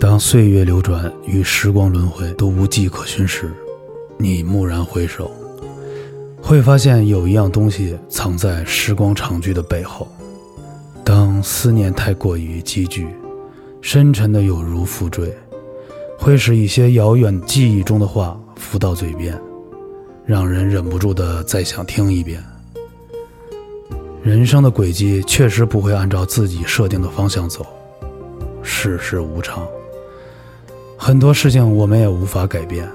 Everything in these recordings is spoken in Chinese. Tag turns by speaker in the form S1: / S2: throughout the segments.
S1: 当岁月流转与时光轮回都无迹可寻时，你蓦然回首，会发现有一样东西藏在时光长句的背后。当思念太过于积聚，深沉的有如负坠，会使一些遥远记忆中的话浮到嘴边，让人忍不住的再想听一遍。人生的轨迹确实不会按照自己设定的方向走，世事无常，很多事情我们也无法改变，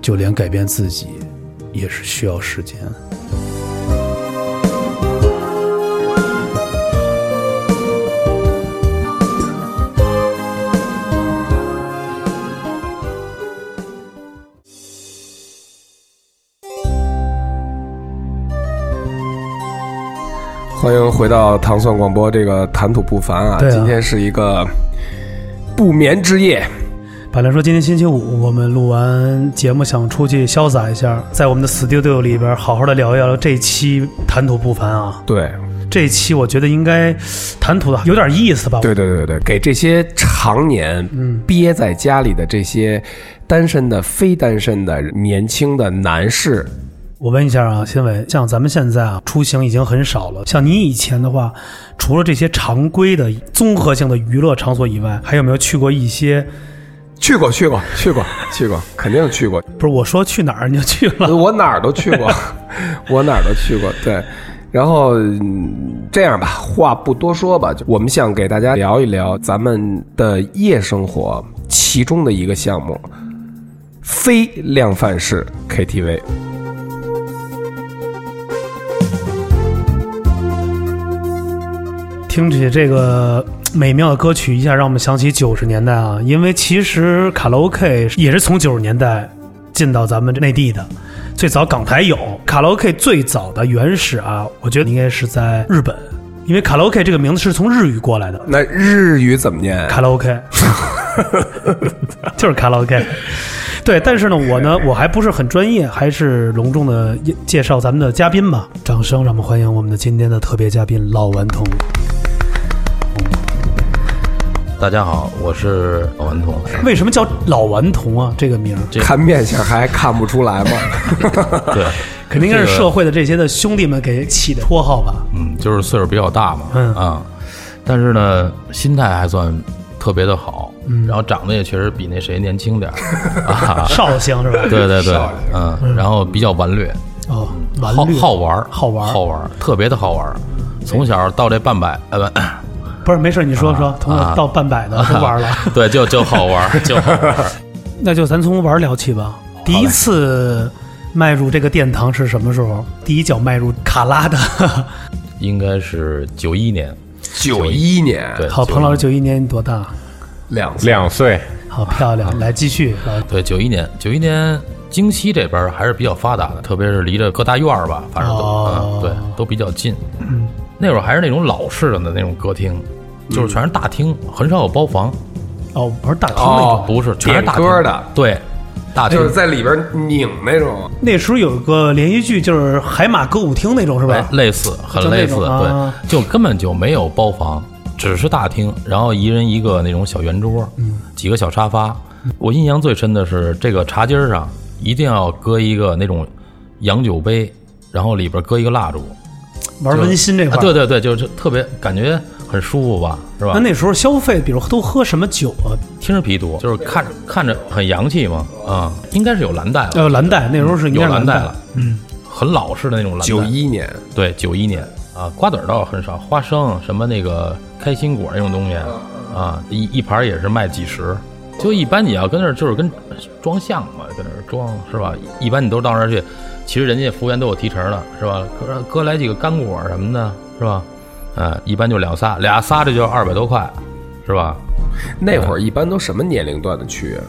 S1: 就连改变自己也是需要时间。
S2: 欢迎回到糖蒜广播，这个谈吐不凡啊！
S1: 对啊
S2: 今天是一个不眠之夜，
S1: 本来说今天星期五，我们录完节目想出去潇洒一下，在我们的 studio 里边好好的聊一聊这期谈吐不凡啊。
S2: 对，
S1: 这期我觉得应该谈吐的有点意思吧？
S2: 对对对对，给这些常年憋在家里的这些单身的、非单身的年轻的男士，
S1: 我问一下啊，新伟，像咱们现在啊，出行已经很少了。像你以前的话，除了这些常规的综合性的娱乐场所以外，还有没有去过一些？
S2: 去过去过去过去过， 肯定去过，
S1: 不是我说去哪儿你就去了？
S2: 我哪儿都去过，我哪儿都去过，对。然后嗯这样吧，话不多说吧，就我们想给大家聊一聊咱们的夜生活其中的一个项目，非量贩式 KTV。
S1: 听起这个美妙的歌曲，一下让我们想起九十年代啊，因为其实卡拉 OK 也是从九十年代进到咱们内地的。最早港台有卡拉 OK，最早的原始啊，我觉得应该是在日本，因为卡拉 OK 这个名字是从日语过来的。
S2: 那日语怎么念？
S1: 卡拉 OK，就是卡拉 OK。对，但是呢，我呢，我还不是很专业，还是隆重的介绍咱们的嘉宾吧。掌声，让我们欢迎我们的今天的特别嘉宾老顽童。
S3: 大家好，我是老顽 童。
S1: 为什么叫老顽童啊？这个名儿
S2: 看面相还看不出来吗？
S3: 对，
S1: 肯定应该是
S3: 这个
S1: 社会的这些的兄弟们给起的绰号吧？
S3: 嗯，就是岁数比较大嘛，
S1: 嗯
S3: 啊，但是呢，心态还算特别的好，
S1: 嗯
S3: 然后长得也确实比那谁年 轻点儿啊，
S1: 绍兴是吧？
S3: 对对对
S2: 少一，
S3: 嗯，然后比较顽劣，
S1: 哦，顽
S3: 好
S1: 劣
S3: 好玩儿，
S1: 好玩儿嗯
S3: 好玩儿，特别的好玩儿。从小到这半百，呃，不，
S1: 不是没事，你说
S3: 啊
S1: 说，从小到半百的都玩了，
S3: 对，就就好玩儿，就好玩 儿。
S1: 那就咱从玩儿聊起吧。第一次迈入这个殿堂是什么时候？第一脚迈入卡拉的。
S3: 应该是九一年，
S2: 九一年，
S3: 对，
S1: 好，
S3: 91
S1: 彭老师九一年你多大？
S2: 两岁
S4: 两岁，
S1: 好
S3: 啊
S1: 漂亮，来继续。哦老
S3: 对，九一年，九一年京西这边儿还是比较发达的，特别是离着各大院儿吧，反正都、
S1: 哦
S3: 嗯，对，都比较近。那会儿还是那种老式的那种歌厅，
S2: 嗯
S3: 就是全是大厅，很少有包房，
S1: 哦，不是大厅那种。
S2: 哦
S3: 不是全是大厅
S2: 点歌的
S3: 对，大厅
S2: 就是在里边拧那种。
S1: 那时候有个连续剧，就是海马歌舞厅那种，是
S3: 哎
S1: 吧？
S3: 类似，很类似，
S1: 就那种啊
S3: 对，就根本就没有包房，只是大厅，然后一人一个那种小圆桌，
S1: 嗯
S3: 几个小沙发。我印象最深的是这个茶几儿上一定要搁一个那种洋酒杯，然后里边搁一个蜡烛。
S1: 玩温馨这块
S3: 啊，
S1: 儿。
S3: 对。对对，就是特别感觉很舒服吧，是吧
S1: 那？那时候消费，比如都喝什么酒啊？
S3: 听着皮毒，就是看着看着很洋气嘛，啊、应该是有蓝带了，
S1: 呃，蓝带，那时候是应
S3: 嗯有
S1: 该是蓝
S3: 带了，嗯，很老式的那种蓝带。
S2: 九一年，
S3: 对九一年啊，瓜子儿倒很少，花生什么那个开心果那种东西啊，一一盘儿也是卖几十。就一般你要跟那儿就是跟装像嘛，跟那儿装是吧？一般你都到那儿去，其实人家服务员都有提成的，是吧？哥哥来几个干果什么的，是吧？嗯，一般就两仨，俩仨这就二百多块，是吧？
S2: 那会儿一般都什么年龄段的去啊？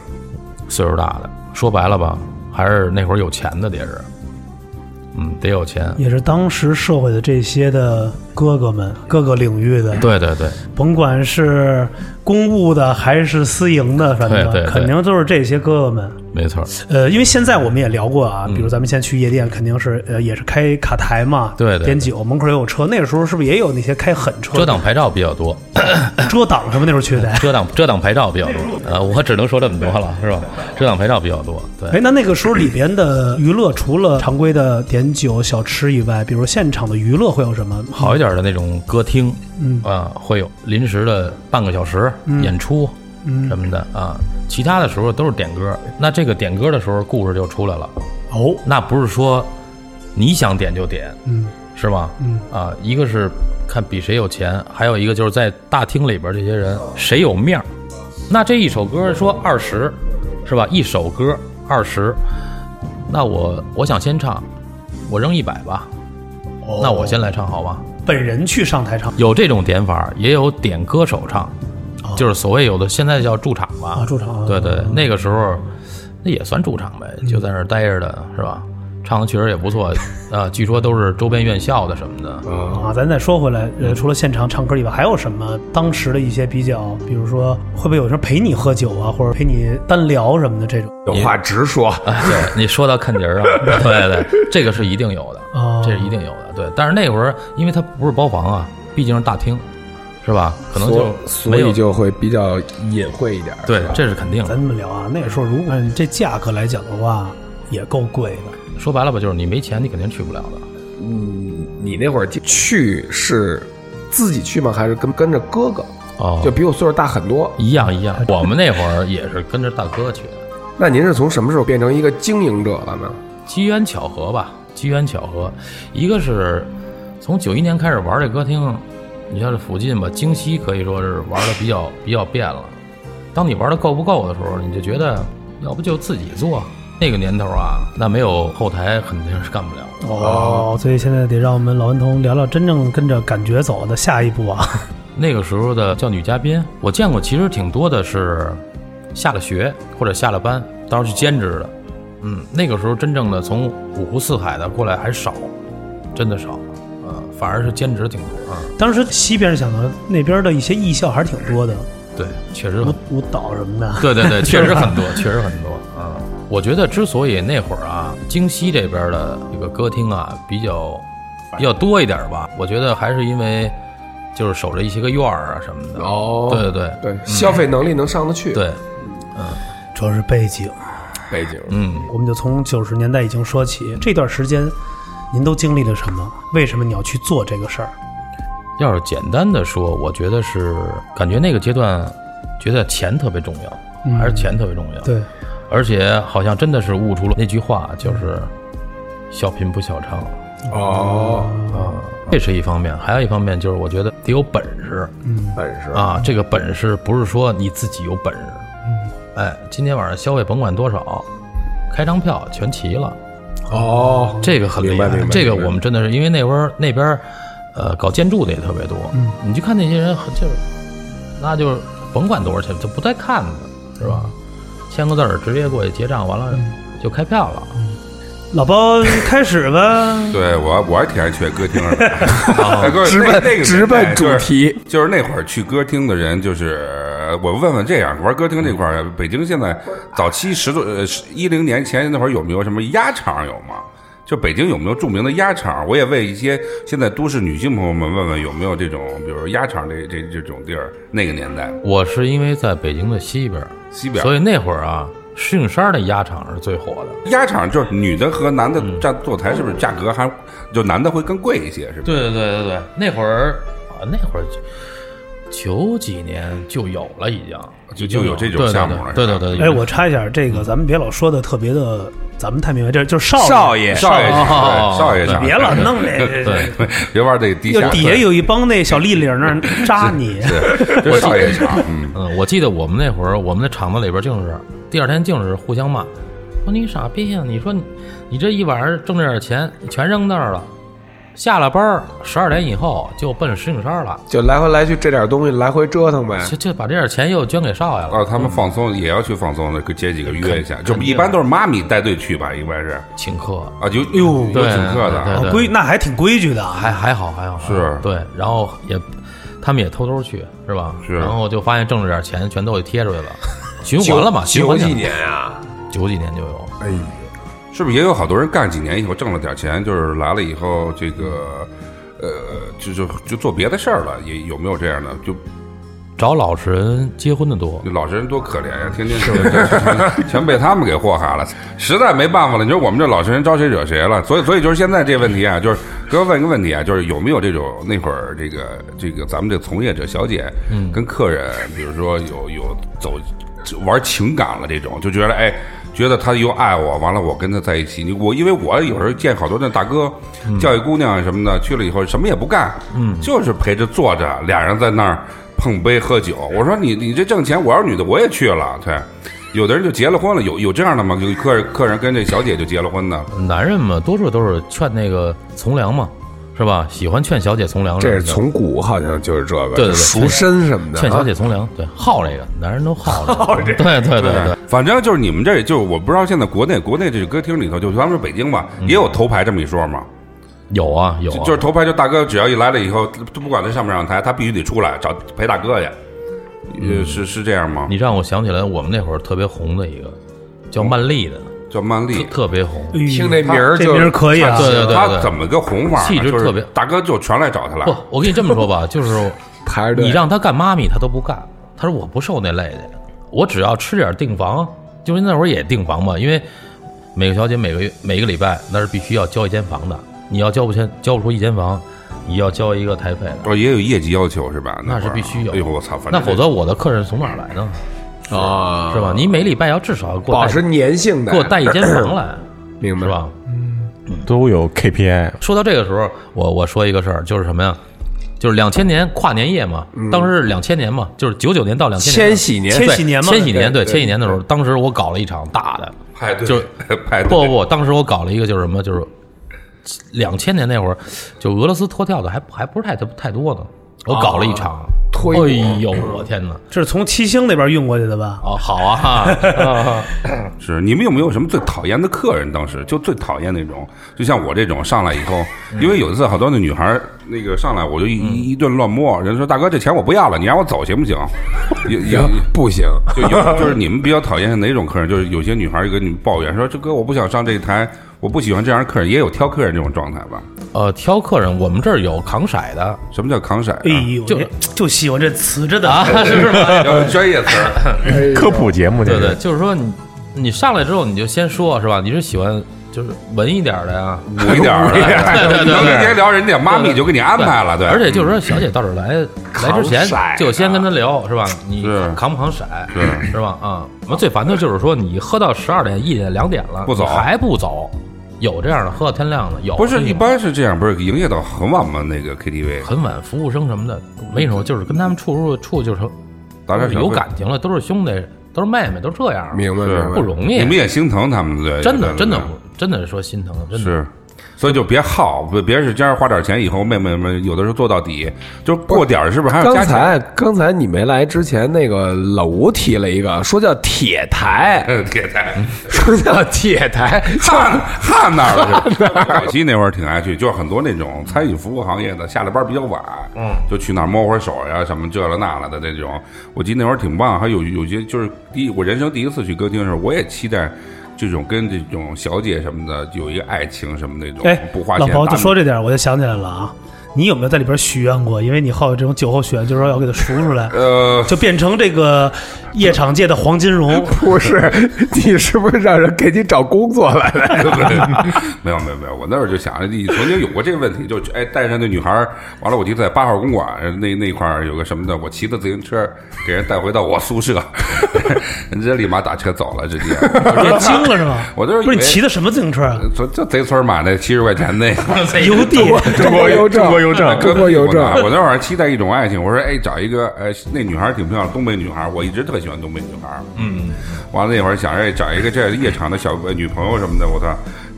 S3: 岁数大的，说白了吧，还是那会儿有钱的得是，嗯，得有钱。
S1: 也是当时社会的这些的哥哥们，各个领域的，
S3: 对对对，
S1: 甭管是公务的还是私营的什么
S3: 对对
S1: 的，
S3: 对
S1: 肯定都是这些哥哥们。
S3: 没错儿，
S1: 呃，因为现在我们也聊过啊，
S3: 嗯
S1: 比如咱们现在去夜店，肯定是呃也是开卡台嘛，
S3: 对对对
S1: 点酒，门口也有车，那个时候是不是也有那些开狠车
S3: 遮挡牌照比较多，
S1: 遮挡什么？那时候去的。
S3: 遮挡遮挡牌照比较多。呃，我只能说这么多了，是吧？遮挡牌照比较多，对。
S1: 哎，那那个时候里边的娱乐，除了常规的点酒、小吃以外，比如现场的娱乐会有什么？
S3: 好一点的那种歌厅，嗯啊，会有临时的半个小时演出，嗯什么的啊。其他的时候都是点歌，那这个点歌的时候故事就出来了。
S1: 哦，
S3: 那不是说你想点就点，
S1: 嗯，
S3: 是吗？嗯啊，一个是看比谁有钱，还有一个就是在大厅里边这些人谁有面儿。那这一首歌说二十，是吧？一首歌二十，那我我想先唱，我扔一百吧，那我先来唱好吗？
S1: 本人去上台唱
S3: 有这种点法，也有点歌手唱，就是所谓有的现在叫驻场吧，
S1: 哦啊，驻场啊，
S3: 对对，那个时候那也算驻场呗，就在那儿待着的是吧？唱的确实也不错，呃，据说都是周边院校的什么的。
S2: 哦
S1: 啊，咱再说回来，
S3: 嗯
S1: 呃，除了现场唱歌以外，还有什么当时的一些比较，比如说会不会有人陪你喝酒啊，或者陪你单聊什么的这种？
S2: 有话直说。
S3: 哎，对你说到看碟儿啊， 对对，这个是一定有的，
S1: 哦
S3: 这是一定有的。对，但是那会儿因为它不是包房啊，毕竟是大厅，是吧？可能就
S2: 所所
S3: 没有
S2: 以就会比较隐晦一点，
S3: 对
S2: 是吧，
S3: 这是肯定的
S1: 咱。这么聊啊，那个时候如果按这价格来讲的话，也够贵的。
S3: 说白了吧，就是你没钱，你肯定去不了的。
S2: 嗯，你那会儿去是自己去吗？还是跟跟着哥哥？
S3: 哦
S2: 就比我岁数大很多。
S3: 一 样一样，我们那会儿也是跟着大哥去的。
S2: 那您是从什么时候变成一个经营者了呢？
S3: 机缘巧合吧，机缘巧合，一个是从九一年开始玩这歌厅，你像这附近吧，京西可以说是玩的比较比较遍了。当你玩的够不够的时候，你就觉得要不就自己做。那个年头啊，那没有后台肯定是干不了的。
S1: 哦，所以现在得让我们老顽童聊聊真正跟着感觉走的下一步啊。
S3: 那个时候的叫女嘉宾，我见过，其实挺多的是下了学或者下了班，到时候去兼职的。嗯，那个时候真正的从五湖四海的过来还少，真的少。啊，反而是兼职挺多啊。
S1: 当时西边是想到那边的一些艺校还是挺多的，
S3: 对，确实 很，
S1: 舞舞蹈什么的。
S3: 对对对，确实很多，确实很多啊。我觉得之所以那会儿啊，京西这边的这个歌厅啊比较比较多一点吧，我觉得还是因为就是守着一些个院儿啊什么的。
S2: 哦
S3: 对对对
S2: 对，消费能力能上得去。，
S3: 对，
S1: 主要是背景，
S2: 背景，
S3: 嗯，
S1: 我们就从九十年代已经说起，这段时间您都经历了什么？为什么你要去做这个事儿？
S3: 要是简单的说，我觉得是感觉那个阶段觉得钱特别重要，还是钱特别重要。，
S1: 对，
S3: 而且好像真的是悟出了那句话，就是“小贫不小娼”。啊
S2: 哦，
S3: 这是一方面，还有一方面就是我觉得得有本事
S1: 嗯
S2: 本事，
S3: 啊，这个本事不是说你自己有本事，哎，今天晚上消费甭管多少，开张票全齐了，
S2: 哦，
S3: 这个很厉害
S2: 明白明白，
S3: 这个
S2: 明白
S3: 我们真的是因为那边儿那边儿，呃，搞建筑的也特别多，
S2: 嗯
S3: 你就看那些人就是，那就是甭管多少钱，就不带看的，是
S2: 嗯
S3: 吧？签个字儿直接过去结账，完了就开票了。
S1: 老包开始吧。
S5: 对我我还挺爱去歌厅 的，
S3: 哦
S5: 哎哥
S2: 直奔
S5: 那那个
S2: 直奔
S5: 哎就是
S2: 主题
S5: 就是那会儿去歌厅的人，就是呃我问问这样，玩歌厅这块儿，北京现在早期十多呃一零年前那会儿有没有什么鸭场有吗？就北京有没有著名的鸭场？我也为一些现在都市女性朋友们问问有没有这种，比如鸭场这这这种地儿。那个年代，
S3: 我是因为在北京的西边儿，
S5: 西边
S3: 所以那会儿啊，石景山的鸭场是最火的。
S5: 鸭场就是女的和男的
S3: 嗯
S5: 站坐台，是不是价格还就男的会更贵一些？是吧？
S3: 对对对对对，那会儿啊，那会儿九几年就有了，已经
S5: 就就有这种
S3: 对对
S5: 项目了
S3: 对对对对，
S1: 哎，我插一下，这个咱们别老说的特别的，咱们太明白，这就是少
S2: 少
S1: 爷，
S2: 爷，
S5: 少爷
S3: 哦
S5: 场，
S3: 哦哦
S5: 对少爷
S3: 对
S5: 场，
S1: 别老弄这，
S3: 对
S1: 这，
S5: 别玩这个地
S1: 就
S5: 下，
S1: 底下有一帮那小立领那儿扎你。
S5: 这少爷场，嗯，
S3: 嗯，我记得我们那会儿，我们的厂子里边就是第二天净是互相骂，说你傻逼呀、你说你你这一晚上挣这点钱全扔那儿了，下了班十二点以后就奔石景山了，
S2: 就来回来去这点东西来回折腾呗。
S3: 就就把这点钱又捐给少爷了，
S5: 啊，他们放松也要去放松的，给接几个约一下，就一
S1: 啊
S5: 般都是妈咪带队去吧，一般是
S3: 请客，
S5: 啊，
S1: 哎
S5: 有有有
S3: 对
S5: 请客
S3: 对
S5: 的，啊
S3: 对
S1: 哦规那还挺规矩的啊，
S3: 还还好还好，
S5: 是
S3: 对，然后也他们也偷偷去是吧？
S5: 是
S3: 然后就发现挣着点钱全都给贴出去了，循环了嘛，循
S2: 九
S3: 环
S2: 几
S3: 去了
S2: 年啊，
S3: 九几年就有，
S2: 哎呦，
S5: 是不是也有好多人干几年以后挣了点钱，就是来了以后这个，呃，就就就做别的事儿了？也有没有这样的？就
S3: 找老实人结婚的多。
S5: 老实人多可怜呀，天天全全被他们给祸害了，实在没办法了。你说我们这老实人招谁惹谁了？所以，所以就是现在这问题啊，就是哥问一个问题啊，就是有没有这种那会儿这个这个咱们这从业者小姐，嗯，跟客人，比如说有有走玩情感了这种，就觉得哎。觉得他又爱我，完了我跟他在一起，你我因为我有时候见好多那大哥，
S3: 嗯
S5: 教育姑娘什么的，去了以后什么也不干，嗯，就是陪着坐着，俩人在那儿碰杯喝酒。我说你你这挣钱，我要是女的我也去了。对，有的人就结了婚了，有有这样的吗？有客人客人跟这小姐就结了婚的，
S3: 男人嘛，多数都是劝那个从良嘛，是吧？喜欢劝小姐从良，
S2: 这
S3: 是
S2: 是从古好像就是这个，
S3: 对对对
S2: 赎身什么的，
S3: 劝小
S2: 啊
S3: 姐从良，对，好这个，男人都好这个，对对对对，
S5: 反正就是你们这，就是我不知道现在国内国内这歌厅里头，就咱们说北京吧，
S3: 嗯
S5: 也有头牌这么一说吗？
S3: 有啊有啊，
S5: 就是头牌，就大哥只要一来了以后，就不管他上不上台，他必须得出来找陪大哥去。呃，是是这样吗？
S3: 你让我想起来我们那会儿特别红的一个叫曼丽的，
S5: 叫曼丽
S3: 特，特别红，
S1: 哎呦
S2: 听这名儿
S1: 这
S2: 就
S1: 名儿可以啊，
S3: 对对对
S5: 他怎么个红法呢？
S3: 气质
S5: 就是
S3: 特别
S5: 大哥就全来找他
S3: 不
S5: 了。，
S3: 我跟你这么说吧，就是
S2: 排着队。
S3: 你让他干妈咪，他都不干。他说我不受那累的，我只要吃点订房，就是那会儿也订房嘛，因为每个小姐每个月每个礼拜那是必须要交一间房的，你要交不钱交不出一间房，你要交一个台费的，
S5: 哦，也有业绩要求是吧？
S3: 那
S5: 会
S3: 是
S5: 儿
S3: 必须有。
S5: 哎呦，我操！反
S3: 那
S5: 正
S3: 否则我的客人从哪儿来呢？
S2: 啊，
S3: 是吧？你每礼拜要至少给我
S2: 保
S3: 带
S2: 持粘性的，
S3: 给我带一间房来，
S2: 明白
S3: 是？吧？
S6: 嗯
S3: 嗯
S6: 都有 KPI，
S3: 说到这个时候，我我说一个事儿，就是什么呀？就是两千年跨年夜嘛，
S2: 嗯
S3: 当时是两千年嘛，就是九九年到两啊千
S2: 千禧年
S1: 千禧年嘛，
S3: 千禧年
S2: 对
S3: 对
S2: 对
S3: 千禧年的时候，当时我搞了一场大的，
S5: 派对
S3: 就
S5: 派对，
S3: 不不不，当时我搞了一个就是什么，就是两千年那会儿，就俄罗斯脱跳的还还不是太太多呢，我搞了一场，
S2: 推
S3: 哎呦我天哪，
S1: 这是从七星那边运过去的吧？
S3: 哦好啊，
S5: 是你们有没有什么最讨厌的客人？当时就最讨厌那种，就像我这种上来以后，
S3: 嗯
S5: 因为有一次好多那女孩儿那个上来，我就一一一顿乱摸，人说大哥这钱我不要了，你让我走行不行？也也
S2: 不行，
S5: 就 有就是你们比较讨厌是哪种客人？就是有些女孩儿跟你们抱怨说：“这哥我不想上这台，我不喜欢这样的客人。”也有挑客人这种状态吧？
S3: 呃挑客人，我们这儿有扛色的
S5: 什么叫扛色啊？
S1: 哎呦，
S3: 就
S1: 这就喜欢这瓷着的
S3: 啊，是是吗？
S5: 要有专业 词儿，
S6: 科普节目这
S3: 对对，
S6: 是。
S3: 就是说你你上来之后你就先说是吧？你是喜欢就是文一点儿的呀？
S5: 补一点儿。
S3: 对对对
S5: 能跟天聊，人家妈咪就给你安排了，对。嗯
S3: 而且就是说，小姐到这儿来来之前
S2: 扛色啊，
S3: 就先跟她聊，是吧？你
S5: 是
S3: 扛不扛色，是吧？啊，我最烦的就是说，你喝到十二点、一点、两点了，
S5: 不走
S3: 还不走，有这样的喝到天亮的，有
S5: 不是
S3: 这种
S5: 一般是这样，不是营业到很晚吗？那个 KTV
S3: 很晚，服务生什么的没什么，就是跟他们处处处就是
S5: 打点小
S3: 有
S5: 分
S3: 感情了，都是兄弟，都是妹妹，都这样，
S2: 明白
S5: 是
S2: 明白
S3: 不。容易
S5: 你们，也心疼他们，对？
S3: 真的
S5: 对
S3: 真的
S5: 对
S3: 真的是说心疼，真的
S5: 是。所以就别耗，别别是今儿花点钱，以后妹妹们有的时候做到底，就是过点儿是不是还要
S2: 刚
S5: 加钱？
S2: 才刚才你没来之前，那个老吴提了一个，说叫铁台，
S5: 嗯， 铁蛋。
S2: 说叫铁台，
S5: 汉汉那儿去，早期那会儿挺爱去，就是很多那种餐饮服务行业的，下了班比较晚，嗯，就去那儿摸会儿手呀，什么这了那了的那种。我记得那会儿挺棒，还有有些就是第一我人生第一次去歌厅的时候，我也期待这种跟这种小姐什么的有一个爱情什么那种，
S1: 哎
S5: 不花，
S1: 老
S5: 钱。
S1: 婆就
S5: 打
S1: 说
S5: 你
S1: 这点儿，我就想起来了啊。你有没有在里边许愿过？因为你好有这种酒后许愿，就是说要给它赎出来，
S5: 呃，
S1: 就变成这个夜场界的黄金荣。
S2: 不是你是不是让人给你找工作来了？
S5: 没有没有没有，我那会儿就想，哎你曾经有过这个问题，就哎带上那女孩儿，完了我就在八号公馆那那块儿有个什么的，我骑着自行车给人带回到我宿舍， 人家立马打车走了，直接。
S1: 别惊了是吗？
S5: 我就是以
S1: 不是
S5: 为
S1: 你骑的什么自行车啊？
S5: 就就贼村儿买那七十块钱那个。
S1: 邮递
S2: 中国邮政，
S6: 中国邮政
S2: 中国邮政，
S5: 我那会儿期待一种爱情，我说哎，找一个哎，那女孩儿挺漂亮，东北女孩儿，我一直特喜欢东北女孩。嗯，完了那会儿想着哎找一个这夜场的小呃女朋友什么的，我操，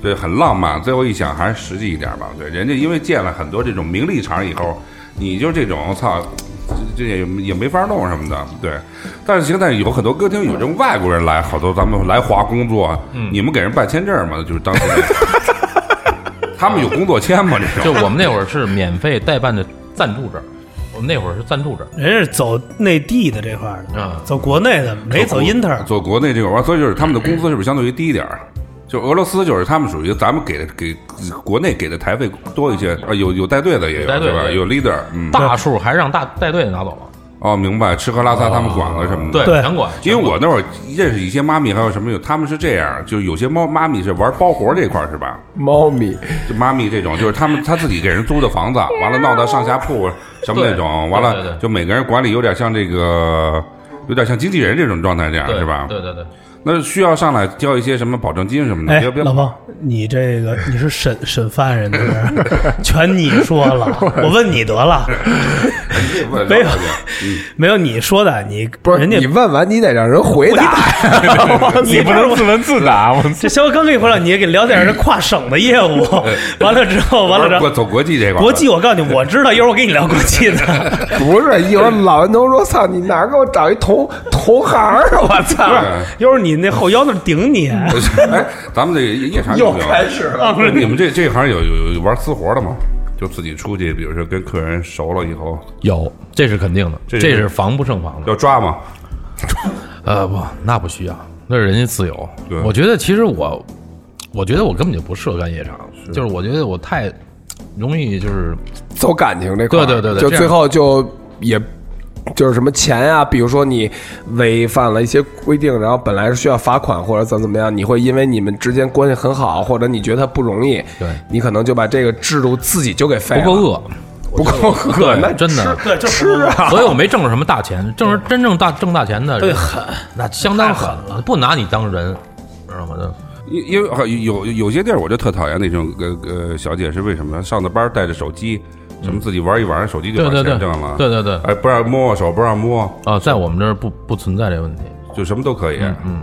S5: 对，很浪漫。最后一想还是实际一点吧，对，人家因为见了很多这种名利场以后，你就这种操。这这也也没法弄什么的，对。但是现在有很多歌厅有这种外国人来，好多咱们来华工作，你们给人办签证嘛，就是当时 他们有工作签吗？这种
S3: 就我们那会儿是免费代办的暂住证，我们那会儿是暂住制，
S1: 人是走内地的这块儿的
S3: 啊
S1: 走国内的没走英特尔。
S5: 做国内这块儿，所以就是他们的工资是不是相对于低一点儿？啊就俄罗斯就是他们属于咱们给的给国内给的台费多一些，啊，有有带队的也有
S3: 带队
S5: 对吧？
S3: 对
S5: 有 leader，嗯，
S3: 大数还让大带队拿走了，
S5: 哦，明白，吃喝拉撒他们管了什么的，
S1: 对
S3: 全管，
S5: 因为我那会儿认识一些妈咪，还有什么有，他们是这样，就是有些猫妈咪是玩包活这块儿是吧？
S2: 猫咪，
S5: 就妈咪这种，就是他们他自己给人租的房子，完了闹到上下铺什么那种，
S3: 对
S5: 完
S3: 对对
S5: 了
S3: 对
S5: 就每个人管理有点像这个，有点像经纪人这种状态这样
S3: 对
S5: 是吧？
S3: 对对对，
S5: 那需要上来交一些什么保证金什么的，
S1: 哎
S5: 别，别
S1: 老包，你这个你是审审犯人的事儿， 全你说了，我问你得了，
S5: 问
S1: 没有
S5: 了解嗯
S1: 没有你说的，你
S2: 不是
S1: 人家
S2: 你问完你得让人回答，
S1: 你
S6: 不能自问自答，我
S1: 这肖刚跟你回来，你给聊点这跨省的业务， 完了之后，完了之
S5: 过
S1: 后，
S5: 走国际这块儿，
S1: 国际我告诉你，我知道，一会儿我跟你聊国际的。
S2: 不是一会儿老人都说操你哪儿给我找一同同行儿，我操！
S1: 一会儿你那后腰那儿顶你，
S5: 哎，咱们这夜场有
S2: 又
S5: 没有
S2: 开始了，
S5: 不是你们这这行有有有玩私活的吗？就自己出去，比如说跟客人熟了以后
S3: 有，这是肯定的，
S5: 这
S3: 这
S5: 是
S3: 是防不胜防的。
S5: 要抓吗？
S3: 呃，不，那不需要，那是人家自由
S5: 对。
S3: 我觉得其实我，我觉得我根本就不适合干夜场，就是我觉得我太容易就是
S2: 走感情这块儿，
S3: 对对对对
S2: 就
S3: 这样
S2: 最后就也。就是什么钱啊，比如说你违反了一些规定，然后本来是需要罚款或者怎么怎么样，你会因为你们之间关系很好，或者你觉得他不容易，
S3: 对
S2: 你可能就把这个制度自己就给废
S3: 不
S2: 了，
S3: 够饿，
S2: 不够饿，那
S3: 对，真的。
S1: 对，就吃啊，
S3: 所以我没挣着什么大钱，挣着真正大挣大钱的，对狠，那相当狠了，不拿你当人，知道吗？就
S5: 因因为好有有有些地儿我就特讨厌那种呃呃小姐是为什么呢？上的班带着手机，什么自己玩一玩，手机就
S3: 对
S5: 把
S3: 对
S5: 钱
S3: 对，
S5: 挣了。
S3: 对对对，
S5: 哎，不让摸我手，不让摸，
S3: 啊，在我们这儿不不存在这问题，
S5: 就什么都可以。
S3: 嗯，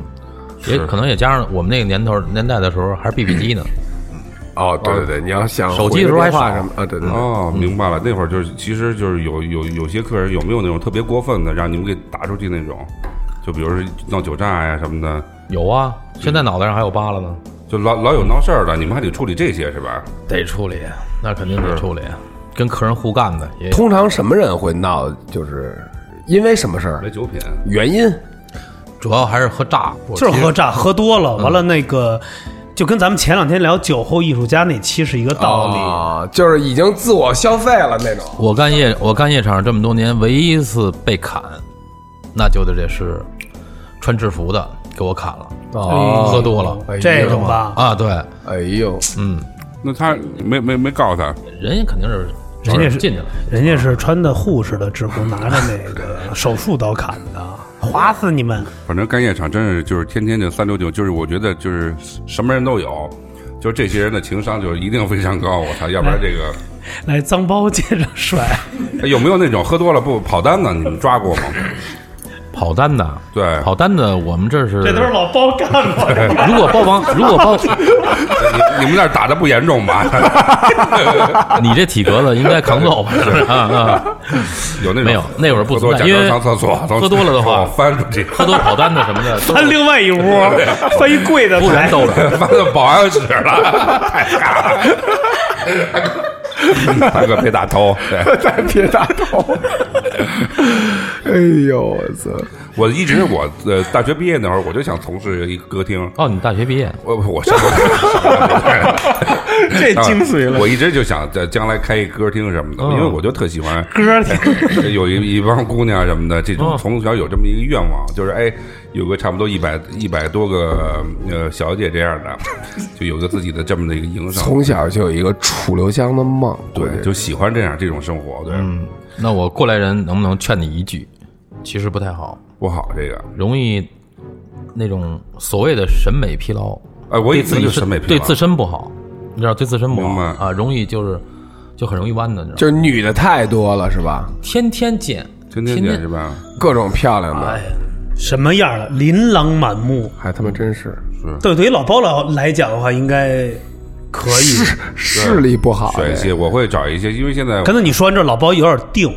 S3: 也可能也加上我们那个年头年代的时候还是 BB 机呢，
S2: 哦，对对对，你要想
S3: 手机的时候还
S2: 回个电话
S3: 少嗯
S2: 什么啊？对对对，
S5: 哦，明白了。那会儿就是，其实就是有有有些客人有没有那种特别过分的，让你们给打出去那种，就比如说闹酒炸呀、什么的，
S3: 有啊，现在脑袋上还有疤了呢，
S5: 就老老有闹事儿的，你们还得处理这些是吧？
S3: 得处理，啊那肯定得处理，啊跟客人互干的也有
S2: 通常什么人会闹？就是因为什么事儿
S5: 来？酒品，
S2: 原因？
S3: 主要还是喝炸，
S1: 就是喝炸，喝多了，完了那个，就跟咱们前两天聊酒后艺术家那期是一个道理。
S2: 啊，就是已经自我消费了那种。
S3: 我干夜我干夜场这么多年，唯一一次被砍，那就得这是穿制服的给我砍了，
S2: 哦
S3: 喝多了
S2: 哎呦
S1: 这种吧，
S3: 啊，对，
S2: 哎呦，
S3: 嗯，
S5: 那他没没没告诉他，
S3: 人家肯定是
S1: 人家是
S3: 进去了，
S1: 人家是穿的护士的制服，拿着那个手术刀砍的，划死你们！
S5: 反正干夜场真是就是天天就三六九，就是我觉得就是什么人都有，就是这些人的情商就是一定非常高，我操，要不然这个、
S1: 来，脏包接着甩，
S5: 哎有没有那种喝多了不跑单的，你们抓过吗？
S3: 跑单的，
S5: 对
S3: 跑单的，我们这是
S1: 这都是老包干过的。
S3: 如果包房，如果 包，
S5: 你你们那儿打的不严重吧？
S3: 你这体格子应该扛揍吧？啊啊！
S5: 有那种
S3: 没有那会儿不
S5: 喝多
S3: 存在
S5: 假
S3: 因
S5: 装
S3: 为
S5: 上厕所，从
S3: 喝多了的话
S5: 厕所翻出去，
S3: 喝多跑单的什么的，都
S1: 翻另外一屋，翻一柜子
S3: 不
S1: 台
S3: 全，兜着。
S5: 翻到保安室了，太傻了。大哥别打头，对
S2: 再别打头！哎呦，我操！
S5: 我一直我呃大学毕业那会儿我就想从事一个歌厅，
S3: 哦，你大学毕业，
S5: 我我 上过
S6: 这
S5: 啊
S6: 精髓了。
S5: 我一直就想在将来开一歌厅什么的，
S3: 嗯
S5: 因为我就特喜欢
S1: 歌挺
S5: 有一一帮姑娘什么的，这种
S3: 嗯
S5: 从小有这么一个愿望，就是哎，有个差不多一百一百多个呃小姐这样的，就有个自己的这么的一个营生，
S2: 从小就有一个楚留香的梦，
S5: 啊对，就喜欢这样这种生活，对，
S3: 嗯，那我过来人能不能劝你一句？其实不太好，
S5: 不好这个，
S3: 容易那种所谓的审美疲劳，
S5: 哎，我以
S3: 自
S5: 前
S3: 己
S5: 就是审美疲
S3: 对
S5: 劳
S3: 自，身不好，你知道，对自身不
S5: 明白
S3: 好啊，容易就是就很容易弯的，你知道吗，
S2: 就是女的太多了，是吧？
S5: 嗯
S3: 天天见，
S5: 天天见是吧？
S2: 各种漂亮的，
S5: 哎
S1: 什么样了？琳琅满目。
S2: 还他妈真是
S1: 对，对于老包来来讲的话，应该可
S5: 哎
S1: 以。
S2: 视力不好，哎
S3: 哎
S5: 选一些，我会找一些，因为现在
S1: 刚才你说完这，老包有点定，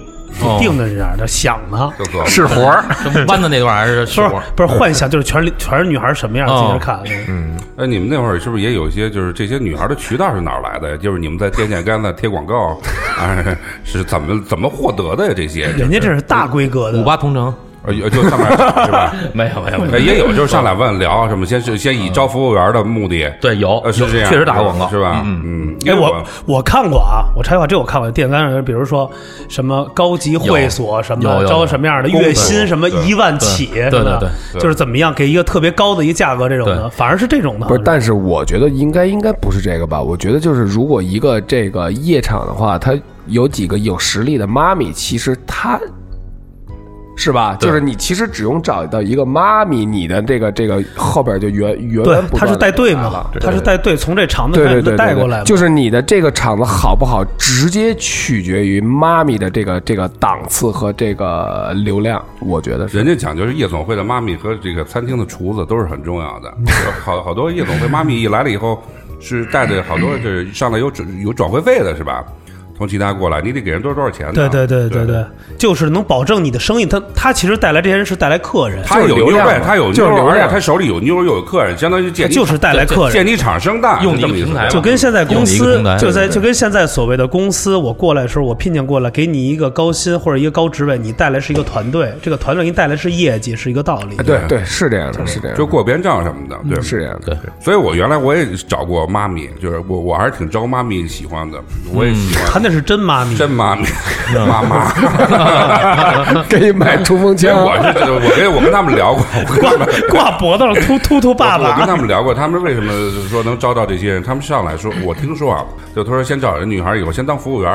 S3: 哦
S1: 定的是这样的，想呢，
S5: 就做
S2: 是活儿，
S3: 这弯的那段还是
S1: 不
S3: 是哦
S1: 是不是幻想，就是全是全是女孩什么样，自己在那看。
S3: 嗯
S5: 哎，你们那会儿是不是也有一些就是这些女孩的渠道是哪儿来的呀？就是你们在电线杆子贴广告， 哎，是怎么怎么获得的呀？这些
S1: 人家这是大规格的
S3: 五，八同城？
S5: 呃就上来是吧？
S3: 没有没有
S5: 哎
S3: 没有，
S5: 也有就是上来问聊啊什么，先是先以招服务员的目的，
S3: 对有
S5: 呃是这样，
S3: 确实打过广告
S5: 是吧？嗯，因
S1: 哎，
S5: 为
S1: 我我看过啊，我插一句话，这我看过。电杆上，比如说什么高级会所，什
S3: 有
S1: 么
S3: 有
S1: 招什么样的
S5: 公
S1: 月
S5: 对
S1: 薪，什么一万起，
S3: 对
S1: 什么的
S3: 对对
S5: 对
S1: 就是怎么样给一个特别高的一个价格这种的，
S3: 对
S1: 反而是这种的。
S2: 不
S1: 好
S2: 是，
S1: 像
S2: 但是我觉得应该应该不是这个吧？我觉得就是如果一个这个夜场的话，他有几个有实力的妈咪，其实他。是吧？
S3: 对
S2: 就是你其实只用找到一个妈咪，你的这个这个后边就源源源
S1: 对，
S2: 不断地
S1: 他是带队
S2: 来
S1: 嘛
S2: 了，
S1: 他是带队，从这厂子
S2: 对
S1: 开
S2: 对
S1: 始
S2: 对，
S1: 带过来嘛，
S2: 就是你的这个场子好不好，直接取决于妈咪的这个这个档次和这个流量，我觉得是。
S5: 人家讲究是夜总会的妈咪和这个餐厅的厨子都是很重要的，有好好多夜总会妈咪一来了以后，是带着好多这上来有转有转会费的是吧？从其他过来，你得给人多少多少钱呢？
S1: 对对对
S5: 对
S1: 对对，就是能保证你的生意。他他其实带来这些人是带来客人，
S5: 他有
S2: 就是流
S5: 妞
S2: 量
S5: 呗，
S2: 嘛
S5: 他有
S2: 就是
S5: 妞儿，
S2: 流
S5: 而且
S2: 量
S5: 他手里有妞儿又有客人，相当于建立
S1: 就是带来客人
S5: 建。立厂生蛋，
S3: 用你
S5: 是这么
S3: 一个
S5: 意思
S3: 平台
S5: 吧
S3: 嘛
S1: 就跟现在公
S3: 用你一个
S1: 司
S3: 平台
S1: 就在
S3: 对对
S1: 就跟现在所谓的公司，我过来的时候，我聘请过来，给你一个高薪或者一个高职位，你带来是一个团队，这个团队给你带来是业绩，是一个道理。
S2: 哎对对，是这样的，是这样的，
S5: 就过边账什么的，对，
S2: 是这样的。
S5: 所以，我原来我也找过妈咪，就是我我还是挺招妈咪喜欢的，我也喜欢
S1: 他那是真妈咪，
S5: 真妈咪
S1: 嗯
S5: 妈妈。
S2: 给你买冲锋
S5: 因为
S2: 枪，
S5: 我是我跟我跟他们聊过，我 跟
S1: 挂
S5: 他们
S1: 挂脖子上突突突爸
S5: 我跟
S1: 爸，
S5: 他们聊过，他们为什么说能招到这些人？他们上来说，我听说啊，就他说先找人女孩，以后先当服务员。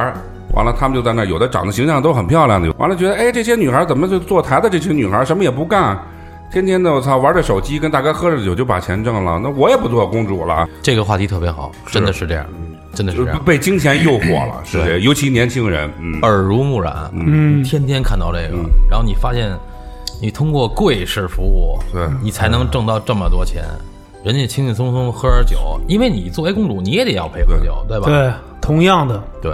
S5: 完了，他们就在那儿，有的长得形象都很漂亮的，完了觉得，哎，这些女孩怎么就坐台的？这群女孩什么也不干，天天的我操玩着手机，跟大哥喝着酒就把钱挣了。那我也不做公主了，
S3: 这个话题特别好，真的是这样，真的是
S5: 就
S3: 这样，
S5: 被金钱诱惑了，是这，尤其年轻人，嗯，
S3: 耳濡目染，嗯，天天看到这个，然后你发现，你通过贵式服务，
S5: 对
S3: 你才能挣到这么多钱。人家轻轻松松喝点酒，因为你作为公主，你也得要陪喝酒，对吧？
S1: 对，同样的，
S3: 对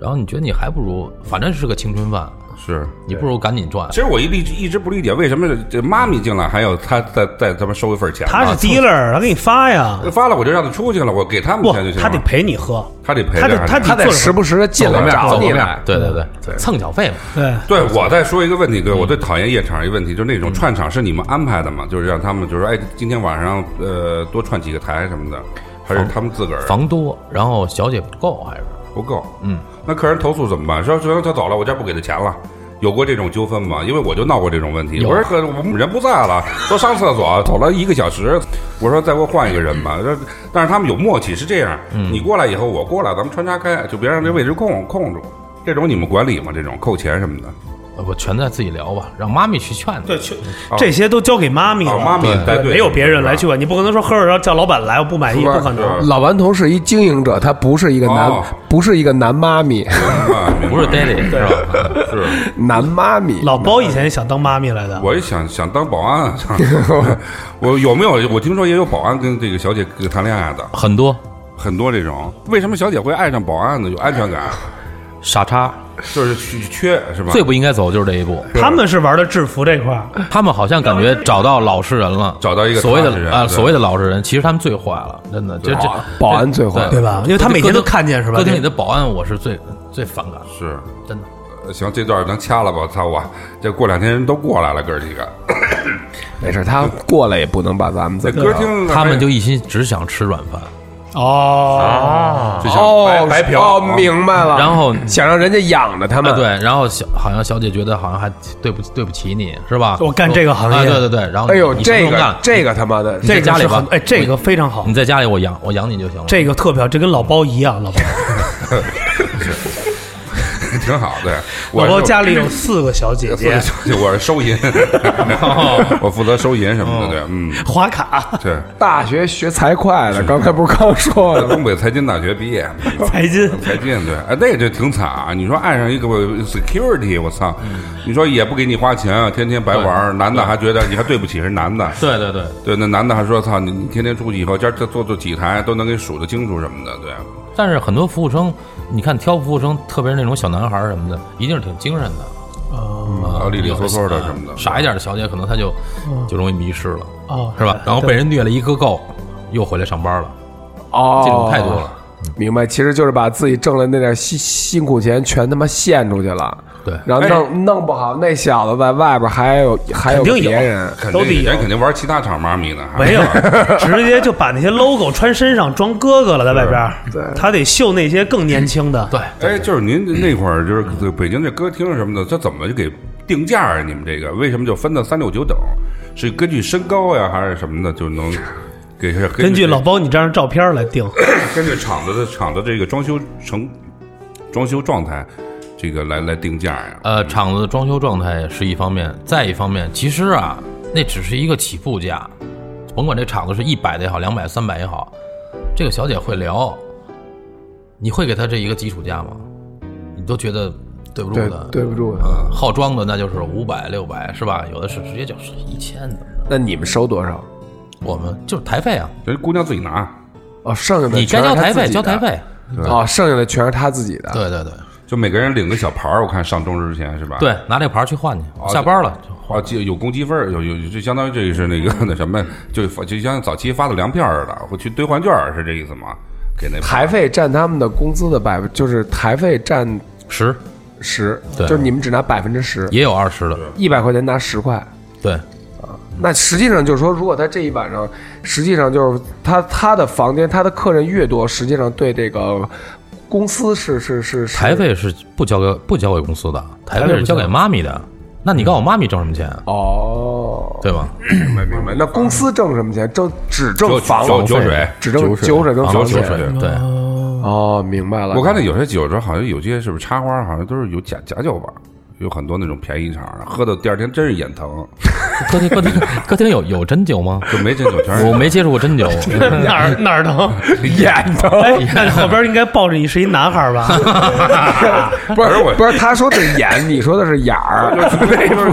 S3: 然后你觉得你还不如，反正是个青春饭，
S5: 是。
S3: 你不如赶紧赚
S5: 其。实我一理一直不理解，为什么这妈咪进来还要他再再他妈收一份钱呢？
S1: 他是 dealer，他给你发呀，
S5: 发了我就让他出去了，我给他们
S1: 不
S5: 钱就，行了。
S1: 他得陪你喝，
S5: 他得陪
S1: 他
S5: 着
S1: 得
S5: 还
S1: 他
S5: 得
S1: 得
S2: 他得
S1: 做
S2: 时不时的进来
S3: 走
S2: 找
S3: 个
S2: 你
S3: 面
S2: 来
S3: 儿。对对对，蹭小费嘛。
S1: 对。
S5: 对，我再说一个问题，哥，我
S1: 嗯
S5: 最讨厌夜场一个问题，就是那种串场是你们安排的吗？就是让他们就是哎，今天晚上呃多串几个台什么的，还
S1: 哦
S5: 是他们自个儿
S3: 房多，然后小姐不够，还是
S5: 不够？嗯，那客人投诉怎么办？说说他走了，我这不给他钱了。有过这种纠纷吗？因为我就闹过这种问题。
S3: 有啊
S5: 我说哥，我们人不在了，说上厕所走了一个小时，我说再给我换一个人吧。说但是他们有默契，是这样，
S3: 嗯
S5: 你过来以后我过来，咱们穿插开，就别让这位置空空住。这种你们管理吗？这种扣钱什么 的？
S3: 呃我全在自己聊吧，让妈咪去劝你。
S1: 对，去
S3: 嗯哦
S1: 这些都交给妈咪了，
S5: 哦妈咪带队
S1: 没有别人来去
S5: 是吧
S1: 吧？你不可能说喝着叫老板来，我不满意，
S5: 是吧
S1: 不可能。
S5: 是
S2: 老顽童是一经营者，他不是一个男，
S5: 哦
S2: 不是一个男妈咪，
S5: 啊明白
S3: 不是 daily 是吧？
S5: 是。
S2: 男妈咪。
S1: 老包以前也想当妈咪来的，
S5: 我也想想当 保安，啊我有没有？我听说也有保安跟这个小姐谈恋爱的，
S3: 很多
S5: 很多这种。为什么小姐会爱上保安呢？有安全感，啊
S3: 傻叉，
S5: 就是缺缺是吧？
S3: 最不应该走就是这一步。
S1: 他们是玩的制服这块儿，
S3: 他们好像感觉找到老实人了，
S5: 找到一个
S3: 所谓
S5: 踏实
S3: 的
S5: 人
S3: 啊，
S5: 对
S3: 所谓的老实人，其实他们最坏了，真的。这这
S2: 保安最坏，
S1: 对吧因为他每天都看见是吧
S3: 歌厅里的保安，我是最最反感的，
S5: 是。
S3: 真的。
S5: 呃行，这段能掐了吧？操我！这过两天人都过来了，哥儿几个
S2: 没事，他过来也不能把咱们
S5: 在
S2: 怎么
S5: 歌
S2: 着。
S5: 厅，
S3: 他们就一心只想吃软饭，
S5: 啊
S1: 哦，
S5: 就想白
S2: 哦，
S5: 白嫖
S2: 哦，明白了。
S3: 然后
S2: 想让人家养着他
S3: 啊
S2: 们，
S3: 对，然后小好像小姐觉得好像还对不对不起你是吧？
S1: 我干这个行业
S3: 啊对对对。然后
S2: 哎呦，
S3: 你
S2: 这个
S3: 这
S2: 这个他妈的，
S3: 在
S1: 这
S3: 家
S1: 个
S3: 里
S1: 是
S3: 吧嗯
S1: 很哎，这个非常好
S3: 你，在家里我养我养你就行了。
S1: 这个特别好，这跟老包一样，老包
S5: 挺好的。我
S1: 老包
S5: 就
S1: 家里有四个小 姐姐，
S5: 我是 收银，我负责收银什么的，
S1: 哦
S5: 对，嗯，
S1: 花卡
S5: 对。
S2: 大学学财会的，刚才不是刚说了吗？
S5: 东北财经大学毕业，
S1: 财经。
S3: 嗯
S5: 才进对，哎，那个就挺惨啊！你说爱上一个 security，我操！
S1: 嗯
S5: 你说也不给你花钱，啊天天白玩儿，男的还觉得你还对不起人男的，
S3: 对对对，
S5: 对，那男的还说操你，你天天出去以后，今儿这做做几台都能给数得清楚什么的，对，
S3: 但是很多服务生，你看挑服务生，特别是那种小男孩儿什么的，一定是挺精神的。啊
S5: 然后利利索索啊的什么的，
S3: 傻一点的小姐可能她就
S1: 嗯
S3: 就容易迷失了，
S1: 哦，
S3: 是吧？然后被人虐了一个够，又回来上班了，
S2: 哦，
S3: 这种太多了。
S2: 明白，其实就是把自己挣了那点辛辛苦钱全他妈献出去了，
S3: 对哎
S2: 然后弄、弄不好那小子在外边还有还有
S1: 肯定有
S2: 别人，
S5: 肯
S1: 都得
S5: 定
S1: 有
S5: 人肯定玩其他厂妈咪呢，
S1: 没 有，直接就把那些 logo 穿身上装哥哥了，在外边儿，他得秀那些更年轻的。
S3: 对，
S5: 哎，就是您那会儿就是这北京这歌厅什么的，这怎么就给定价啊？你们这个为什么就分到三六九等？是根据身高呀，还是什么的就能给？
S1: 根据
S5: 这
S1: 老包你这张照片来 定，
S5: 根据厂子的厂子这个装修成装修状态，这个来来定价呀？
S3: 呃，厂子的装修状态是一方面，再一方面，其实啊，那只是一个起步价，甭管这厂子是一百的也好，两百、三百也好，这个小姐会聊，你会给她这一个基础价吗？你都觉得对不住
S2: 对
S3: 的，
S2: 对不住。
S3: 好装的那就是五百、六百是吧？有的是直接就是一千的，
S2: 那你们收多少？
S3: 我们就是台费啊，
S5: 人姑娘自己拿，
S2: 哦，剩下的
S3: 你该
S2: 全是
S3: 交
S2: 他
S3: 台
S2: 自
S3: 费
S2: 己
S3: 交台
S2: 的
S3: 费，
S2: 哦，剩下的全是他自己的。
S3: 对对对
S5: 就每个人领个小牌儿，我看上周之前是吧？
S3: 对，拿这牌儿去换去，
S5: 哦
S3: 下班了就
S5: 啊，记有公积分儿，有有就相当于这个是那个那什么，就发就像早期发的粮票似的，我去兑换券儿是这意思吗？给那
S2: 台费占他们的工资的百分，就是台费占
S3: 十，
S2: 十，
S3: 对
S2: 就是你们只拿百分之十，
S3: 也有二十的，
S2: 一百块钱拿十块。
S3: 对
S2: 那实际上就是说，如果他这一晚上，实际上就是他他的房间他的客人越多，实际上对这个公司是是是是
S3: 台费是不交给不交给公司的，台费
S1: 费
S3: 是
S1: 不
S3: 交给
S1: 交
S3: 妈咪的。那你告诉
S5: 嗯
S3: 我妈咪挣什么钱，
S2: 哦。
S3: 对吧？
S5: 明白明白
S2: 那哦公司挣什么钱？挣只挣
S5: 酒
S2: 房
S5: 酒
S2: 费
S5: 酒水
S2: 只挣酒水跟
S3: 啊
S2: 房
S3: 酒
S2: 费。
S3: 水对，
S2: 哦，明白了。
S5: 我看那有些酒桌好像有些是不是插花，好像都是有假假酒吧，有很多那种便宜场，喝到第二天真是眼疼，
S3: 歌厅歌厅歌厅有有真酒 吗？
S5: 就没真酒全
S3: 我
S5: 是。
S3: 没接触过真酒，
S1: 哪儿哪儿疼？
S2: 眼疼，
S5: 哦
S1: 哎，那后边应该抱着你是一男孩儿吧？
S2: 不
S5: 不是我
S2: 是不是，他说的眼，你说的是眼儿。
S5: 就是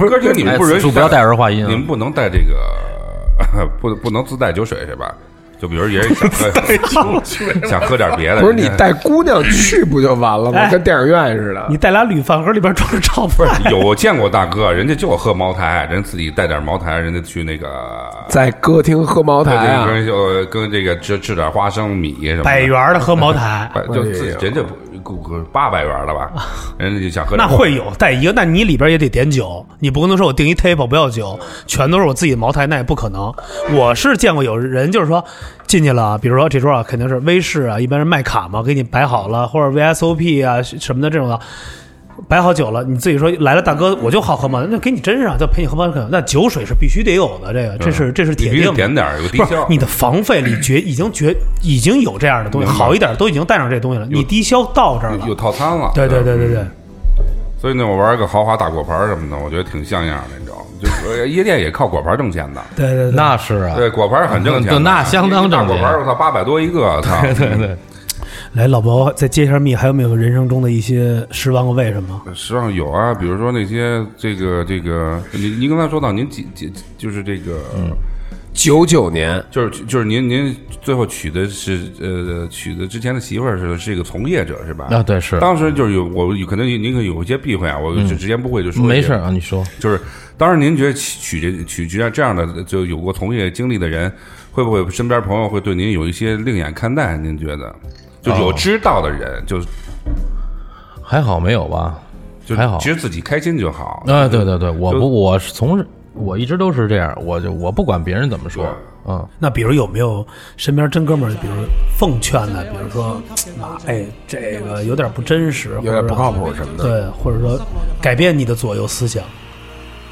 S5: 歌厅你们
S3: 哎
S5: 不允
S3: 此
S5: 许
S3: 处不要带儿化音
S5: 你们
S3: 啊！
S5: 不能带这个，不不能自带酒水是吧？就比如也是想喝想喝点别的，
S2: 不是你
S5: 人家
S2: 带姑娘去不就完了吗？
S1: 哎
S2: 跟电影院似的
S1: 你。带俩铝饭盒里边装着照片
S5: 不 是有我见过大哥， 人家就喝茅台，人自己带点茅台，人家去那个
S2: 在歌厅喝茅台
S5: 对
S2: 啊，
S5: 跟就跟这个吃吃点花生米什么的
S1: 百元儿的喝茅台，
S5: 哎就自己人家不八百元了吧，人家就想喝点
S1: 啊那会有带一个，那你里边也得点酒，你不可能说我订一 table 不要酒，全都是我自己的茅台，那也不可能。我是见过有人就是说进去了，比如说这桌啊肯定是威士啊，一般是麦卡嘛，给你摆好了，或者 VSOP 啊什么的这种的。摆好酒了，你自己说来了，大哥，我就好喝嘛，那给你斟上，就陪你喝茅台。那酒水是必须得有的，这个这是这是
S5: 你
S1: 铁
S5: 嗯必须
S1: 定的。
S5: 点点儿有个低
S1: 不是
S5: 消，
S1: 你的房费里绝已经绝已经有这样的东西，
S5: 明白
S1: 好一点都已经带上这东西了，你低消到这儿
S5: 有
S1: 了。
S5: 套餐了。
S1: 对对对对对，
S5: 所以呢，我玩个豪华大果盘什么的，我觉得挺像样的，你知道吗？就是呃夜店也靠果盘挣钱的，
S1: 对对对。
S3: 那是啊，
S5: 对，果盘很挣钱的，
S3: 那那相当挣钱
S5: 一大果盘我操，八百多一个，操，
S1: 来，老包再揭一下密，还有没有人生中的一些失望过为什
S2: 嗯
S1: 么？
S5: 实际上有啊，比如说那些这个这个，您您刚才说到您几几就是这个，
S3: 嗯
S2: 九九年
S5: 就是就是您您最后娶的是呃娶的之前的媳妇儿是是一个从业者是吧？
S3: 啊对是嗯
S5: 当时就是有我有可能您可能有一些避讳啊，我就直言不讳就说、
S3: 没事儿，啊，你说
S5: 就是当时您觉得娶娶这娶这样这样的就有过从业经历的人，会不会身边朋友会对您有一些另眼看待？您觉得就
S3: 哦
S5: 有知道的人就
S3: 还好没有吧？
S5: 就
S3: 还好
S5: 其实自己开心就好。
S3: 啊，对对对，我不我是从我一直都是这样，我就我不管别人怎么说，嗯，
S1: 那比如有没有身边真哥们儿，比如奉劝的，比如说，啊，哎，这个有点不真实，
S2: 嗯有点不靠谱什么的。
S1: 对，或者说改变你的左右思想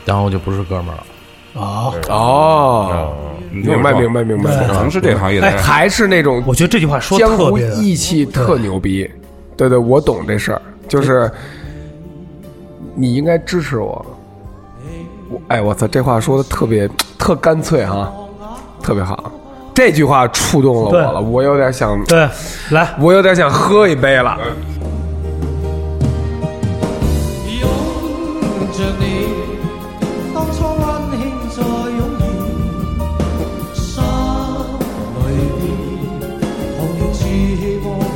S3: 然后就不是哥们儿了。
S1: 啊。
S2: 哦，
S5: 你听我
S2: 明白
S5: 说
S2: 明白明白。
S5: 从事这行业的人，
S2: 还是那种
S1: 我觉得这句话说
S2: 江
S1: 特
S2: 湖
S1: 别的，
S2: 义气特牛逼。对对，我懂这事儿，就是你应该支持我。我哎，我操，这话说的特别特干脆哈，特别好。这句话触动了我
S1: 对
S2: 了，我有点想，
S1: 对，来，
S2: 我有点想喝一杯了。
S7: 拥着你，當初温馨再湧現，心裏邊紅熱熾熱和